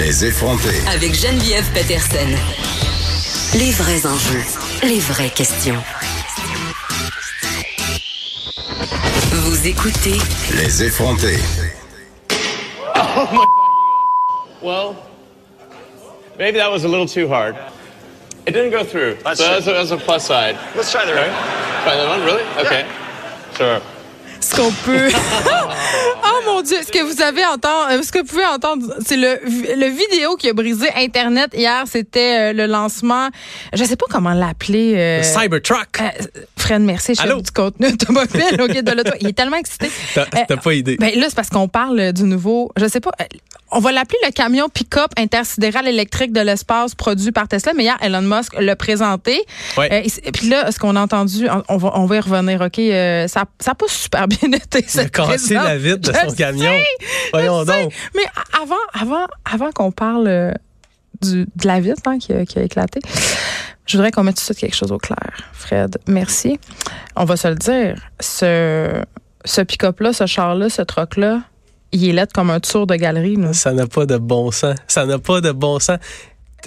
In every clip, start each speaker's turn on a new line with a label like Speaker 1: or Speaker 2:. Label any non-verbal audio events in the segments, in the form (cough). Speaker 1: Les effronter.
Speaker 2: Avec Geneviève Peterson. Les vrais enjeux, les vraies questions. Vous écoutez
Speaker 1: Les effronter.
Speaker 3: Well, maybe that was a little too hard. It didn't go through.
Speaker 4: Let's
Speaker 3: so
Speaker 4: see.
Speaker 3: that's a, that's a plus side.
Speaker 4: Let's try the
Speaker 3: Okay?
Speaker 4: right.
Speaker 3: Try that one, really? Okay. Sure.
Speaker 5: Ce qu'on peut. (laughs) oh mon Dieu, ce que vous avez entendu, euh, ce que vous pouvez entendre, c'est le, vi- le vidéo qui a brisé Internet hier. C'était euh, le lancement. Je sais pas comment l'appeler. euh,
Speaker 6: Cybertruck.
Speaker 5: euh, Fred, merci, chef
Speaker 6: Allô?
Speaker 5: du contenu automobile au guide de l'auto. Il est tellement excité.
Speaker 6: T'as- t'as pas idée.
Speaker 5: Ben là, c'est parce qu'on parle euh, du nouveau, je sais pas, euh, on va l'appeler le camion pick-up intersidéral électrique de l'espace produit par Tesla, mais hier, Elon Musk l'a présenté.
Speaker 6: Ouais.
Speaker 5: Euh, et c'est- et puis là, ce qu'on a entendu, on- on va, on va y revenir, OK? euh, ça n'a pas super bien (laughs) été,
Speaker 6: Il a
Speaker 5: cette
Speaker 6: cassé
Speaker 5: présence.
Speaker 6: la vitre de
Speaker 5: Je
Speaker 6: son
Speaker 5: sais,
Speaker 6: camion. Voyons
Speaker 5: je sais.
Speaker 6: donc.
Speaker 5: Mais a- avant, avant, avant qu'on parle euh, du, de la vitre hein, qui, a, qui a éclaté, je voudrais qu'on mette tout de suite quelque chose au clair. Fred, merci. On va se le dire. Ce, ce pick-up-là, ce char-là, ce truck-là, il est laid comme un tour de galerie. là.
Speaker 6: Ça n'a pas de bon sens. Ça n'a pas de bon sens.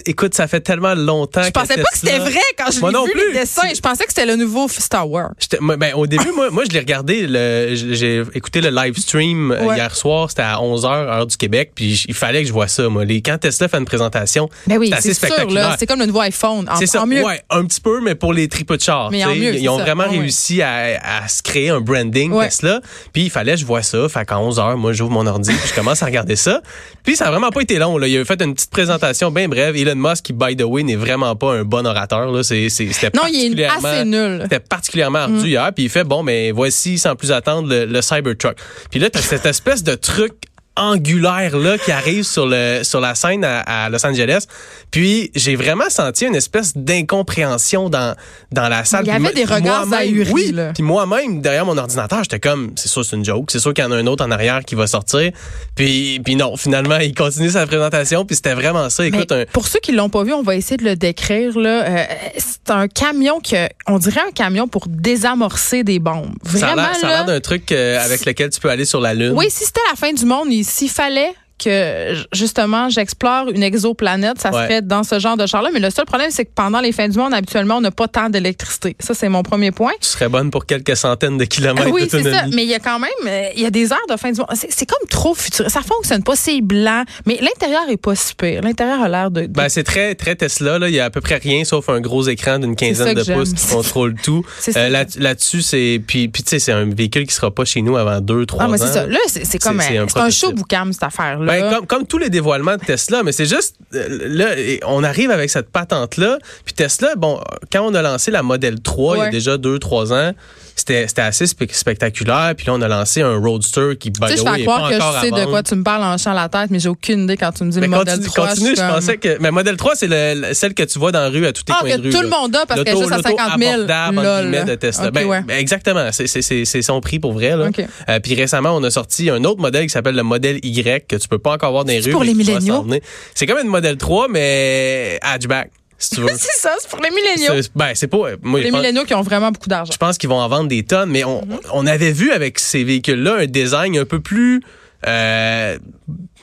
Speaker 6: Écoute, ça fait tellement longtemps
Speaker 5: Je pensais pas que c'était
Speaker 6: Tesla-
Speaker 5: vrai quand je
Speaker 6: Moi non
Speaker 5: l'ai vu
Speaker 6: plus.
Speaker 5: les dessins. Je pensais que c'était le nouveau Star Wars.
Speaker 6: J'étais- moi, ben, au début, moi, moi, je l'ai regardé, le- j'ai écouté le live stream euh,
Speaker 5: Ouais.
Speaker 6: hier soir, c'était à 11h, heure du Québec, puis j- il fallait que je vois ça, moi. Les, quand Tesla fait une présentation,
Speaker 5: Ben oui,
Speaker 6: c'est assez
Speaker 5: c'est sûr, là.
Speaker 6: spectaculaire.
Speaker 5: C'est comme le nouveau iPhone. En,
Speaker 6: C'est ça,
Speaker 5: en mieux.
Speaker 6: ouais, un petit peu, mais pour les tripots de char.
Speaker 5: Mais
Speaker 6: tu
Speaker 5: en
Speaker 6: sais,
Speaker 5: mieux, c'est
Speaker 6: ils ont
Speaker 5: ça.
Speaker 6: vraiment
Speaker 5: Ah ouais.
Speaker 6: réussi à, à se créer un branding
Speaker 5: Ouais.
Speaker 6: Tesla. Puis il fallait que je vois ça. Fait qu'à 11 heures, moi, j'ouvre mon ordi, puis je commence à regarder ça. Puis ça a vraiment pas été long. Là. Il a fait une petite présentation bien brève. Elon Musk, qui, by the way, n'est vraiment pas un bon orateur. Là. C'est, c'est- c'était
Speaker 5: Non, il est
Speaker 6: particulièrement-
Speaker 5: assez nul. Mm.
Speaker 6: C'était particulièrement ardu hier. Puis il fait, bon, mais voici, sans plus attendre, le, le Cybertruck. Puis là, t'as cette espèce de truc angulaire là qui arrive sur le sur la scène à, à Los Angeles. Puis j'ai vraiment senti une espèce d'incompréhension dans dans la salle.
Speaker 5: Il y avait des
Speaker 6: Puis
Speaker 5: regards
Speaker 6: moi-même-
Speaker 5: ahuris,
Speaker 6: Oui.
Speaker 5: là.
Speaker 6: Puis moi-même derrière mon ordinateur, j'étais comme c'est sûr c'est une joke, c'est sûr qu'il y en a un autre en arrière qui va sortir. Puis puis non, finalement, il continue sa présentation puis c'était vraiment ça. Écoute
Speaker 5: Mais
Speaker 6: un
Speaker 5: Pour ceux qui l'ont pas vu, on va essayer de le décrire. Là. Euh, c'est un camion que, on dirait un camion pour désamorcer des bombes.
Speaker 6: ça a
Speaker 5: Vraiment,
Speaker 6: l'air- ça a
Speaker 5: là,
Speaker 6: l'air d'un truc euh, avec lequel tu peux aller sur la lune.
Speaker 5: oui, si c'était la fin du monde, il- s'il fallait que j- justement j'explore une exoplanète, ça
Speaker 6: Ouais.
Speaker 5: serait dans ce genre de char-là. Mais le seul problème, c'est que pendant les fins du monde, habituellement, on n'a pas tant d'électricité. Ça, c'est mon premier point.
Speaker 6: Tu serais bonne pour quelques centaines de kilomètres
Speaker 5: Oui, c'est
Speaker 6: d'autonomie.
Speaker 5: ça. Mais il y a quand même, euh, il y a des heures de fin du monde. C'est c'est comme trop futur. Ça fonctionne pas, c'est blanc. Mais l'intérieur est pas super. L'intérieur a l'air de. de-
Speaker 6: Ben, c'est très, très Tesla. Là. Il y a à peu près rien sauf un gros écran d'une
Speaker 5: ça
Speaker 6: quinzaine
Speaker 5: que
Speaker 6: de pouces
Speaker 5: j'aime.
Speaker 6: qui contrôle tout.
Speaker 5: (laughs) C'est ça
Speaker 6: Euh,
Speaker 5: que
Speaker 6: là- Là-dessus, c'est. Puis, puis tu sais, c'est un véhicule qui sera pas chez nous avant deux, trois
Speaker 5: ah,
Speaker 6: ans.
Speaker 5: mais c'est ça. Là, c'est c'est comme
Speaker 6: C'est- c'est un
Speaker 5: un, c'est un show
Speaker 6: prototype.
Speaker 5: boucam, cette affaire-là.
Speaker 6: Ben, comme, comme tous les dévoilements de Tesla, mais c'est juste, euh, là, et on arrive avec cette patente-là. Puis Tesla, bon, quand on a lancé la Model 3, il y
Speaker 5: Ouais.
Speaker 6: a déjà deux, trois ans, c'était c'était assez spe- spectaculaire. Puis là, on a lancé un Roadster qui, by
Speaker 5: Tu sais,
Speaker 6: the
Speaker 5: je
Speaker 6: way,
Speaker 5: fais
Speaker 6: est
Speaker 5: croire
Speaker 6: Ah, pas
Speaker 5: que
Speaker 6: encore
Speaker 5: je sais
Speaker 6: à
Speaker 5: de
Speaker 6: vendre.
Speaker 5: quoi tu me parles en chant la tête, mais j'ai aucune idée quand tu me dis
Speaker 6: Mais
Speaker 5: le modèle
Speaker 6: continue,
Speaker 5: 3.
Speaker 6: continue, je,
Speaker 5: suis comme-
Speaker 6: pensais que. Mais Model 3, c'est le- le- celle que tu vois dans la rue à tous tes
Speaker 5: Ah,
Speaker 6: coins
Speaker 5: que
Speaker 6: de rue.
Speaker 5: tout
Speaker 6: là.
Speaker 5: le monde a parce qu'elle est
Speaker 6: L'auto-
Speaker 5: juste à
Speaker 6: l'auto
Speaker 5: 50 000.
Speaker 6: abordable, entre
Speaker 5: Lol.
Speaker 6: guillemets, de Tesla.
Speaker 5: Ok,
Speaker 6: Ben,
Speaker 5: ouais.
Speaker 6: ben, exactement. C'est- C'est c'est- c'est son prix pour vrai. Là.
Speaker 5: Ok.
Speaker 6: Euh, puis récemment, on a sorti un autre modèle qui s'appelle le modèle Y que tu peux pas encore voir dans les
Speaker 5: C'est-tu
Speaker 6: rues.
Speaker 5: pour
Speaker 6: mais
Speaker 5: les
Speaker 6: qui va
Speaker 5: milléniaux?
Speaker 6: s'en venir. C'est comme une modèle 3, mais hatchback, si tu veux.
Speaker 5: C'est ça, c'est pour (laughs) les milléniaux.
Speaker 6: C'est- ben, c'est pas. Moi, je
Speaker 5: Les
Speaker 6: pense-
Speaker 5: milléniaux qui ont vraiment beaucoup d'argent.
Speaker 6: je pense qu'ils vont en vendre des tonnes, mais on,
Speaker 5: Mhm.
Speaker 6: on avait vu avec ces véhicules-là un design un peu plus. euh,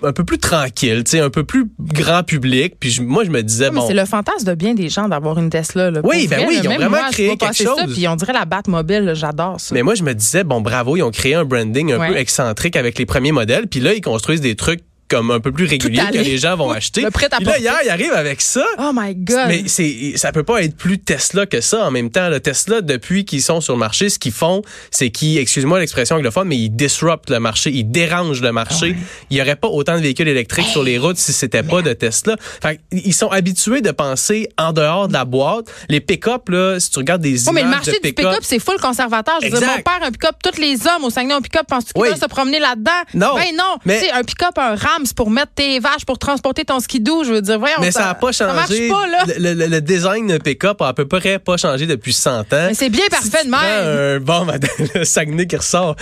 Speaker 6: un peu plus tranquille, tu sais, un peu plus grand public. Puis je- moi, je me disais,
Speaker 5: Mais
Speaker 6: bon,
Speaker 5: c'est le fantasme de bien des gens d'avoir une Tesla. Là,
Speaker 6: Oui,
Speaker 5: Pour
Speaker 6: ben
Speaker 5: vrai,
Speaker 6: oui,
Speaker 5: là,
Speaker 6: ils ont
Speaker 5: même
Speaker 6: vraiment
Speaker 5: moi, je
Speaker 6: créé
Speaker 5: vois passer
Speaker 6: quelque
Speaker 5: ça,
Speaker 6: chose.
Speaker 5: Puis on dirait la Batmobile, là, j'adore ça.
Speaker 6: Mais moi, je me disais, bon, bravo, ils ont créé un branding un
Speaker 5: Ouais.
Speaker 6: peu excentrique avec les premiers modèles. Puis là, ils construisent des trucs comme un peu plus réguliers que
Speaker 5: allé.
Speaker 6: les gens vont
Speaker 5: Oui,
Speaker 6: acheter.
Speaker 5: le prêt à
Speaker 6: Puis là,
Speaker 5: porter.
Speaker 6: hier, ils arrivent avec ça.
Speaker 5: Oh my God.
Speaker 6: Mais c'est ça peut pas être plus Tesla que ça en même temps. Le Tesla, depuis qu'ils sont sur le marché, ce qu'ils font, c'est qu'ils, excuse-moi l'expression anglophone, mais ils disruptent le marché, ils dérangent le marché.
Speaker 5: Ah
Speaker 6: Il y aurait pas autant de véhicules électriques sur les routes si c'était pas de Tesla. Fait que, ils sont habitués de penser en dehors de la boîte. Les pick-up, là, si tu regardes des
Speaker 5: Oh,
Speaker 6: images
Speaker 5: mais le marché
Speaker 6: de
Speaker 5: du pick-up, c'est full conservateur. Je veux dire,
Speaker 6: Exact.
Speaker 5: mon père, un pick-up, tous les hommes au Saguenay, un pick-up, penses-tu qu'ils
Speaker 6: Oui.
Speaker 5: peuvent se promener là-dedans?
Speaker 6: Non,
Speaker 5: Ben non.
Speaker 6: mais-
Speaker 5: Tu sais, un pick-up, un Rams pour mettre tes vaches, pour transporter ton skidoo, je veux dire, voyons.
Speaker 6: Mais ça n'a pas
Speaker 5: Ça marche
Speaker 6: changé.
Speaker 5: pas, là.
Speaker 6: Le, le- le design d'un pick-up a à peu près pas changé depuis 100 ans.
Speaker 5: Mais c'est bien
Speaker 6: Si
Speaker 5: parfait
Speaker 6: tu
Speaker 5: de même.
Speaker 6: prends Un, bon, (laughs) madame, le Saguenay qui ressort.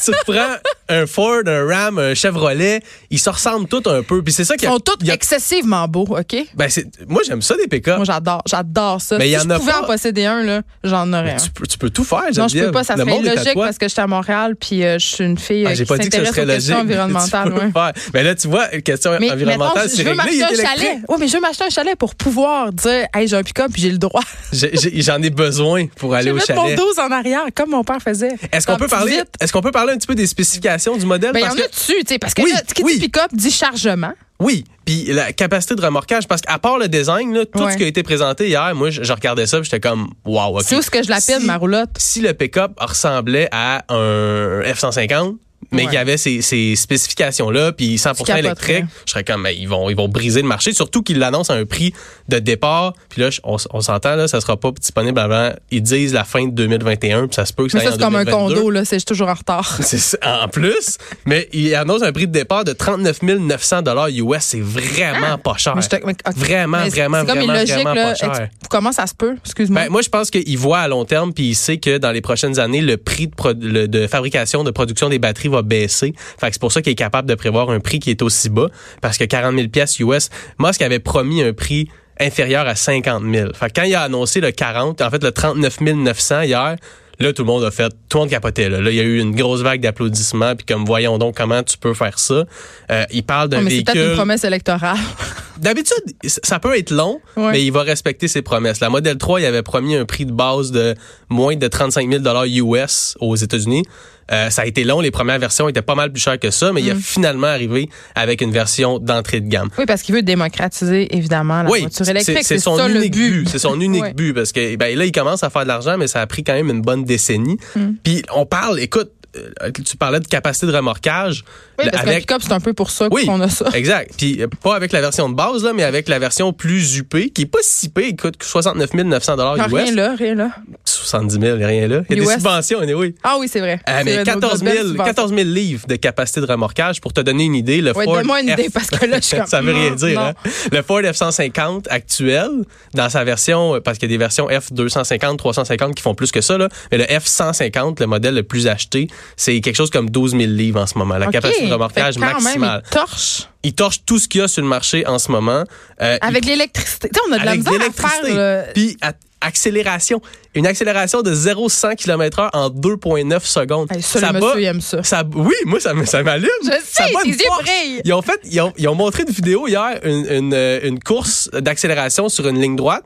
Speaker 6: Si tu prends un Ford, un Ram, un Chevrolet, ils se ressemblent tous un peu. Puis c'est ça qui
Speaker 5: Ils
Speaker 6: a-
Speaker 5: sont tous
Speaker 6: il y a-
Speaker 5: excessivement beaux, OK?
Speaker 6: ben, c'est- Moi, j'aime ça des pick-up.
Speaker 5: Moi, j'adore, j'adore ça.
Speaker 6: Mais
Speaker 5: si
Speaker 6: il y en
Speaker 5: je
Speaker 6: a
Speaker 5: pouvais
Speaker 6: pas.
Speaker 5: en posséder un, là, j'en aurais un.
Speaker 6: Tu peux, tu peux tout faire,
Speaker 5: Non, je peux
Speaker 6: Geneviève.
Speaker 5: pas, ça
Speaker 6: Le
Speaker 5: serait
Speaker 6: monde est à
Speaker 5: illogique
Speaker 6: toi.
Speaker 5: parce que j'étais à Montréal puis euh, je suis une fille euh,
Speaker 6: Ah, j'ai
Speaker 5: qui
Speaker 6: pas dit que ce
Speaker 5: s'intéresse
Speaker 6: serait
Speaker 5: aux
Speaker 6: logique.
Speaker 5: questions
Speaker 6: (laughs) mais tu peux
Speaker 5: environnementales.
Speaker 6: le
Speaker 5: ouais.
Speaker 6: faire. Mais là, tu vois, une question
Speaker 5: Mais mettons,
Speaker 6: environnementale,
Speaker 5: je
Speaker 6: c'est
Speaker 5: veux
Speaker 6: réglé.
Speaker 5: m'acheter
Speaker 6: il est
Speaker 5: un
Speaker 6: électrique.
Speaker 5: chalet. Oui, mais je veux m'acheter un chalet pour pouvoir dire, hey, j'ai un pick-up puis j'ai le droit.
Speaker 6: J'ai- j'ai- J'en ai besoin pour
Speaker 5: Je
Speaker 6: aller
Speaker 5: vais
Speaker 6: au
Speaker 5: mettre mon
Speaker 6: chalet.
Speaker 5: dos en arrière, comme mon père faisait.
Speaker 6: Est-ce qu'on
Speaker 5: Un
Speaker 6: peut
Speaker 5: petit
Speaker 6: parler
Speaker 5: vite.
Speaker 6: Est-ce qu'on peut parler un petit peu des spécifications du modèle
Speaker 5: Ben, il y en
Speaker 6: Parce
Speaker 5: a
Speaker 6: que-
Speaker 5: dessus, tu sais, parce que
Speaker 6: Oui,
Speaker 5: là, qui
Speaker 6: oui.
Speaker 5: dit pick-up dit chargement.
Speaker 6: Oui, puis la capacité de remorquage, parce qu'à part le design, là, tout
Speaker 5: Ouais.
Speaker 6: ce qui a été présenté hier, moi, je, je regardais ça, puis j'étais comme, wow, ok.
Speaker 5: C'est où ce que je l'appelle,
Speaker 6: Si-
Speaker 5: ma roulotte?
Speaker 6: Si le pick-up ressemblait à un F-150, mais
Speaker 5: Ouais.
Speaker 6: qu'il y avait ces, ces spécifications-là, puis 100%
Speaker 5: Tu
Speaker 6: électrique,
Speaker 5: capoterais.
Speaker 6: je serais comme, mais ils vont, ils vont briser le marché, surtout qu'ils l'annoncent à un prix de départ. Puis là, je- on, s- on s'entend, là, ça sera pas disponible avant, ils disent la fin de 2021, puis ça se peut que ça
Speaker 5: Mais ça,
Speaker 6: aille
Speaker 5: c'est
Speaker 6: Ben, en
Speaker 5: comme un
Speaker 6: 2022.
Speaker 5: condo, là. C'est je suis toujours en retard.
Speaker 6: (laughs) C'est ça, en plus, mais il annonce un prix de départ de 39 900 US. C'est vraiment pas cher.
Speaker 5: Ah! (laughs) Mais je te- mais- ok.
Speaker 6: Vraiment,
Speaker 5: Mais c'est-
Speaker 6: vraiment,
Speaker 5: c'est comme
Speaker 6: vraiment,
Speaker 5: illogique,
Speaker 6: vraiment
Speaker 5: là.
Speaker 6: pas cher.
Speaker 5: Ex- Comment ça se peut? Excuse-moi.
Speaker 6: Ben, moi, je pense qu'il voit à long terme, puis il sait que dans les prochaines années, le prix de, pro- le- de fabrication, de production des batteries va baisser. Fait que c'est pour ça qu'il est capable de prévoir un prix qui est aussi bas, parce que 40 000 pièces US, Musk avait promis un prix inférieur à 50 000. Fait que quand il a annoncé le 40, en fait le 39 900 hier, là tout le monde a fait, tout le monde capotait. Là, Là, il y a eu une grosse vague d'applaudissements, puis comme voyons donc comment tu peux faire ça. Euh, il parle d'un
Speaker 5: Non, mais c'est peut-être une
Speaker 6: véhicule
Speaker 5: promesse électorale.
Speaker 6: D'habitude, ça peut être long,
Speaker 5: Ouais.
Speaker 6: mais il va respecter ses promesses. La Model 3, il avait promis un prix de base de moins de 35 000 US aux États-Unis. Euh, ça a été long. Les premières versions étaient pas mal plus chères que ça, mais il a
Speaker 5: Mm.
Speaker 6: finalement arrivé avec une version d'entrée de gamme.
Speaker 5: Oui, parce qu'il veut démocratiser, évidemment, la
Speaker 6: oui,
Speaker 5: Ah, voiture
Speaker 6: c'est-
Speaker 5: électrique.
Speaker 6: c'est
Speaker 5: C'est
Speaker 6: son
Speaker 5: ça le
Speaker 6: unique but.
Speaker 5: but.
Speaker 6: C'est son unique
Speaker 5: Ouais.
Speaker 6: but parce que ben, là, il commence à faire de l'argent, mais ça a pris quand même une bonne décennie.
Speaker 5: Mm.
Speaker 6: Puis on parle, écoute, euh, tu parlais de capacité de remorquage.
Speaker 5: Oui,
Speaker 6: Le-
Speaker 5: parce que le pick-up, c'est un peu pour ça
Speaker 6: oui,
Speaker 5: qu'on a ça.
Speaker 6: Exact. Puis euh, pas avec la version de base, là, mais avec la version plus UP, qui est pas si payée, qui coûte 69 900
Speaker 5: Non,
Speaker 6: US.
Speaker 5: rien là, rien là.
Speaker 6: 70 000, rien là. Il y a des
Speaker 5: US.
Speaker 6: subventions, anyway.
Speaker 5: Ah oui, c'est vrai.
Speaker 6: Ah,
Speaker 5: C'est
Speaker 6: mais
Speaker 5: vrai,
Speaker 6: 14
Speaker 5: nos belles
Speaker 6: 000,
Speaker 5: subventions.
Speaker 6: 14 000 livres de capacité de remorquage. Pour te donner une idée, le
Speaker 5: Ouais,
Speaker 6: Ford
Speaker 5: donne-moi une
Speaker 6: F-
Speaker 5: idée, parce que
Speaker 6: (laughs)
Speaker 5: là, je suis comme,
Speaker 6: Ça veut rien
Speaker 5: non,
Speaker 6: dire.
Speaker 5: non.
Speaker 6: hein. Le Ford F-150 actuel, dans sa version, euh, parce qu'il y a des versions F-250, 350 qui font plus que ça, là, mais le F-150, le modèle le plus acheté, c'est quelque chose comme 12 000 livres en ce moment. La
Speaker 5: OK.
Speaker 6: capacité de remorquage
Speaker 5: Fait que quand
Speaker 6: maximale.
Speaker 5: Même, il torche
Speaker 6: Il torche tout ce qu'il y a sur le marché en ce moment. Euh,
Speaker 5: avec l'électricité. Tu sais, on a de la
Speaker 6: avec de
Speaker 5: misère à
Speaker 6: l'électricité.
Speaker 5: faire. là.
Speaker 6: Puis à- accélération. Une accélération de 0-100 km/h en 2,9 secondes.
Speaker 5: Hey, ça, le monsieur, il aime ça.
Speaker 6: Oui, moi, ça, me- ça m'allume.
Speaker 5: Je
Speaker 6: Ça
Speaker 5: sais,
Speaker 6: bat
Speaker 5: tes
Speaker 6: une
Speaker 5: yeux
Speaker 6: force.
Speaker 5: brillent.
Speaker 6: Ils ont, fait, ils, ont, ils ont montré une vidéo hier, une, une, euh, une course d'accélération sur une ligne droite.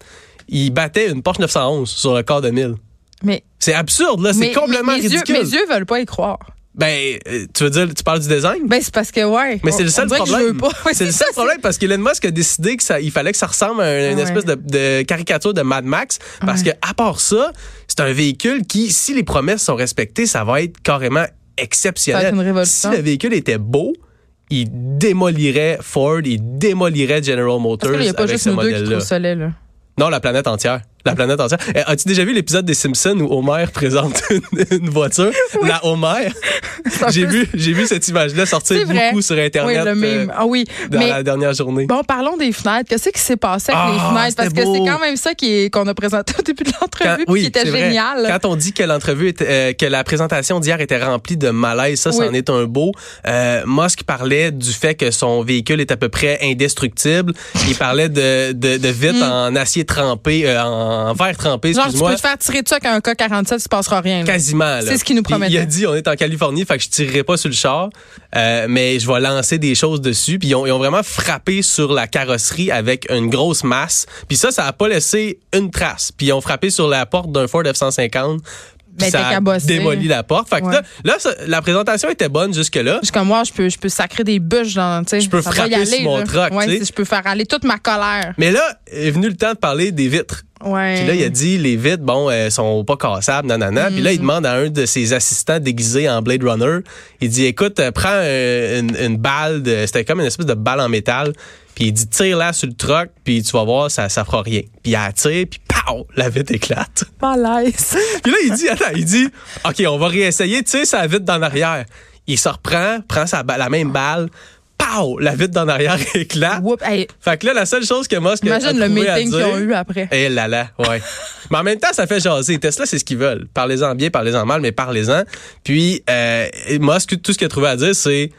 Speaker 6: Ils battaient une Porsche 911 sur le quart de mille.
Speaker 5: Mais,
Speaker 6: C'est absurde, là. C'est
Speaker 5: mais-
Speaker 6: complètement
Speaker 5: mais mes
Speaker 6: ridicule.
Speaker 5: Yeux, mes yeux veulent pas y croire.
Speaker 6: Ben, euh, tu veux dire, tu parles du design?
Speaker 5: Ben, c'est parce que, ouais.
Speaker 6: Mais
Speaker 5: on-
Speaker 6: c'est le seul
Speaker 5: on dirait que je
Speaker 6: problème.
Speaker 5: veux pas. (laughs) Ouais,
Speaker 6: c'est le
Speaker 5: ça,
Speaker 6: seul problème parce qu'Elon Musk a décidé que ça, il fallait que ça ressemble à une, une
Speaker 5: Ouais.
Speaker 6: espèce de, de caricature de Mad Max parce que à part ça, c'est un véhicule qui, si les promesses sont respectées, ça va être carrément
Speaker 5: Ça va
Speaker 6: exceptionnel.
Speaker 5: être une
Speaker 6: si
Speaker 5: révolution.
Speaker 6: le véhicule était beau, il démolirait Ford, il démolirait General
Speaker 5: Parce
Speaker 6: Motors
Speaker 5: que là, il y a pas
Speaker 6: avec
Speaker 5: juste
Speaker 6: ce
Speaker 5: nous deux qui
Speaker 6: modèle-là.
Speaker 5: trouvent ça laid, là.
Speaker 6: Non, la planète entière. La planète entière. Eh, As-tu déjà vu l'épisode des Simpsons où Homer (laughs) présente une, une voiture? La Homer.
Speaker 5: (laughs)
Speaker 6: J'ai vu, j'ai vu cette image-là
Speaker 5: C'est
Speaker 6: sortir
Speaker 5: vrai.
Speaker 6: beaucoup sur Internet.
Speaker 5: Oui, le
Speaker 6: euh,
Speaker 5: meme. Ah oui.
Speaker 6: dans
Speaker 5: Mais
Speaker 6: la dernière journée.
Speaker 5: Bon, parlons des fenêtres. Qu'est-ce qui s'est passé avec
Speaker 6: Ah,
Speaker 5: les fenêtres? Parce que
Speaker 6: c'était beau.
Speaker 5: c'est quand même ça qui est- qu'on a présenté au début de
Speaker 6: Quand-
Speaker 5: l'entrevue, puis
Speaker 6: oui,
Speaker 5: qui était
Speaker 6: c'est vrai.
Speaker 5: génial.
Speaker 6: Quand on dit que l'entrevue était, euh, que la présentation d'hier était remplie de malaise, ça,
Speaker 5: Oui.
Speaker 6: c'en est un beau. Euh, Musk parlait du fait que son véhicule est à peu près indestructible. Il parlait de, de, de vitres en acier trempé, euh, en verre trempé,
Speaker 5: Mm. Genre, tu peux
Speaker 6: excuse-moi.
Speaker 5: te faire tirer dessus avec un K-47, il se passera rien. là.
Speaker 6: Quasiment. là.
Speaker 5: Mm. C'est ce qu'il nous
Speaker 6: Puis
Speaker 5: promettait.
Speaker 6: Il a dit on est en Californie, fait que je tirerai pas sur le char, euh, mais je vais lancer des choses dessus. Puis ils ont, ils ont vraiment frappé sur la carrosserie avec une grosse masse. Puis ça, ça a pas laissé une trace. Puis ils ont frappé sur la porte d'un Ford F-150.
Speaker 5: Mais
Speaker 6: Puis
Speaker 5: t'es
Speaker 6: ça a
Speaker 5: Ben, cabossé.
Speaker 6: démoli la porte. Fait que
Speaker 5: Ouais.
Speaker 6: là, là, ça- la présentation était bonne jusque-là.
Speaker 5: Je suis comme moi, je peux, je peux sacrer des bûches dans. Je
Speaker 6: peux frapper sur mon truck, tu sais.
Speaker 5: je peux faire aller toute ma colère.
Speaker 6: Mais là, est venu le temps de parler des vitres.
Speaker 5: Ouais.
Speaker 6: Puis là, il a dit, les vitres, bon, elles sont pas cassables, nanana. Puis
Speaker 5: Mm.
Speaker 6: là, il demande à un de ses assistants déguisés en Blade Runner, il dit, écoute, euh, prends euh, une, une balle, de- c'était comme une espèce de balle en métal, puis il dit, tire-la sur le truck, puis tu vas voir, ça, ça fera rien. Puis il la tire, puis pow, la vitre éclate.
Speaker 5: Malaise.
Speaker 6: (laughs) Puis là, il dit, attends, il dit, OK, on va réessayer, tire sa vitre d'en arrière. Il se reprend, prend sa, ba- la même balle, pow, la vitre d'en arrière (laughs) éclate.
Speaker 5: Whoop. Hey,
Speaker 6: Fait que là, la seule chose que Musk a- a
Speaker 5: imagine le
Speaker 6: trouvé à
Speaker 5: meeting qu'ils
Speaker 6: dire-
Speaker 5: ont eu après.
Speaker 6: eh là là, ouais. mais en même temps, ça fait jaser. Tesla, c'est ce qu'ils veulent. Parlez-en bien, parlez-en mal, mais parlez-en. Puis, euh, Musk, tout ce qu'il a trouvé à dire, c'est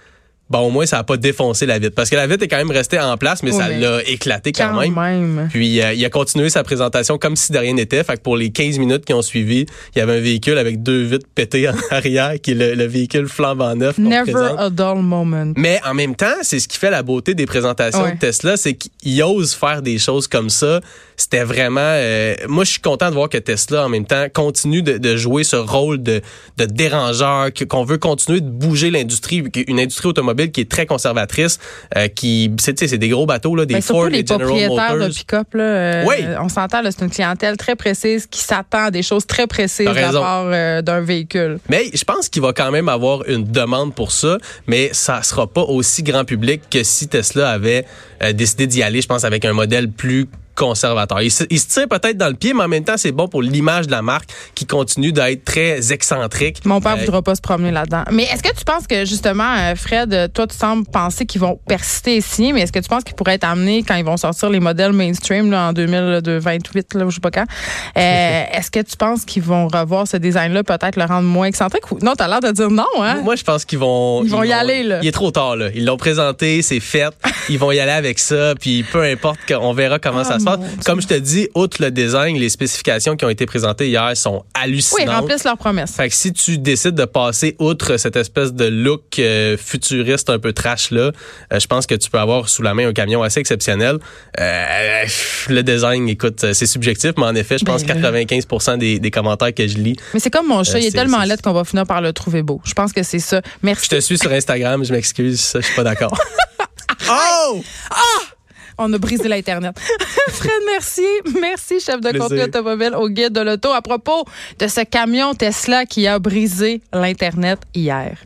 Speaker 6: bon, au moins, ça n'a pas défoncé la vitre. Parce que la vitre est quand même restée en place, mais
Speaker 5: Oui,
Speaker 6: ça
Speaker 5: mais
Speaker 6: l'a éclaté quand,
Speaker 5: Quand
Speaker 6: même.
Speaker 5: même.
Speaker 6: Puis, euh, il a continué sa présentation comme si de rien n'était. Fait que pour les 15 minutes qui ont suivi, il y avait un véhicule avec deux vitres pétées en (laughs) arrière, qui est le, le véhicule flambant neuf. qu'on
Speaker 5: Never
Speaker 6: présente.
Speaker 5: a dull moment.
Speaker 6: Mais en même temps, c'est ce qui fait la beauté des présentations
Speaker 5: Mm-hmm. Ouais.
Speaker 6: de Tesla, c'est qu'ils osent faire des choses comme ça. C'était vraiment... euh, moi, je suis content de voir que Tesla, en même temps, continue de, de jouer ce rôle de, de dérangeur, que- qu'on veut continuer de bouger l'industrie, une industrie automobile qui est très conservatrice, euh, qui... C'est tu sais, c'est des gros bateaux, là, des
Speaker 5: Ben,
Speaker 6: Ford,
Speaker 5: surtout les
Speaker 6: des General
Speaker 5: propriétaires
Speaker 6: Motors.
Speaker 5: de pick-up, là, euh,
Speaker 6: Oui.
Speaker 5: on s'entend, là, c'est une clientèle très précise qui s'attend à des choses très précises
Speaker 6: T'as
Speaker 5: de la
Speaker 6: raison.
Speaker 5: part euh, d'un véhicule.
Speaker 6: Mais je pense qu'il va quand même avoir une demande pour ça, mais ça sera pas aussi grand public que si Tesla avait euh, décidé d'y aller, je pense, avec un modèle plus conservateur. Il se, il se tire peut-être dans le pied, mais en même temps, c'est bon pour l'image de la marque qui continue d'être très excentrique.
Speaker 5: Mon père
Speaker 6: Euh,
Speaker 5: voudra pas se promener là-dedans. Mais est-ce que tu penses que, justement, euh, Fred, euh, toi, tu sembles penser qu'ils vont persister ici, mais est-ce que tu penses qu'ils pourraient être amenés quand ils vont sortir les modèles mainstream là, en 2028, là, ou je sais pas quand?
Speaker 6: (laughs)
Speaker 5: euh, est-ce que tu penses qu'ils vont revoir ce design-là, peut-être le rendre moins excentrique? Ou... Non, t'as l'air de dire non, hein?
Speaker 6: Moi, je pense qu'ils vont...
Speaker 5: Ils vont y aller, là.
Speaker 6: Il est trop tard, là. Ils l'ont présenté, c'est fait. ils vont y aller avec ça, puis peu importe, on verra comment
Speaker 5: Ah,
Speaker 6: ça se passe.
Speaker 5: mon Dieu.
Speaker 6: Comme je te dis, outre le design, les spécifications qui ont été présentées hier sont
Speaker 5: oui,
Speaker 6: hallucinantes.
Speaker 5: ils remplissent leurs promesses.
Speaker 6: Fait que si tu décides de passer outre cette espèce de look euh, futuriste un peu trash là, euh, je pense que tu peux avoir sous la main un camion assez exceptionnel. Euh, pff, le design, écoute, euh, c'est subjectif, mais en effet, je
Speaker 5: Ben
Speaker 6: pense
Speaker 5: là.
Speaker 6: 95% des, des commentaires que je lis.
Speaker 5: Mais c'est comme mon chat,
Speaker 6: Euh,
Speaker 5: il est
Speaker 6: c'est-
Speaker 5: tellement
Speaker 6: c'est-
Speaker 5: laid qu'on va finir par le trouver beau. Je pense que c'est ça. Merci.
Speaker 6: Je te suis sur Instagram, je m'excuse, ça, je suis pas d'accord. oh!
Speaker 5: On a brisé l'Internet. (laughs) Fred, merci. Merci, chef de
Speaker 6: Plaisir.
Speaker 5: contenu automobile au guide de l'auto, à propos de ce camion Tesla qui a brisé l'Internet hier.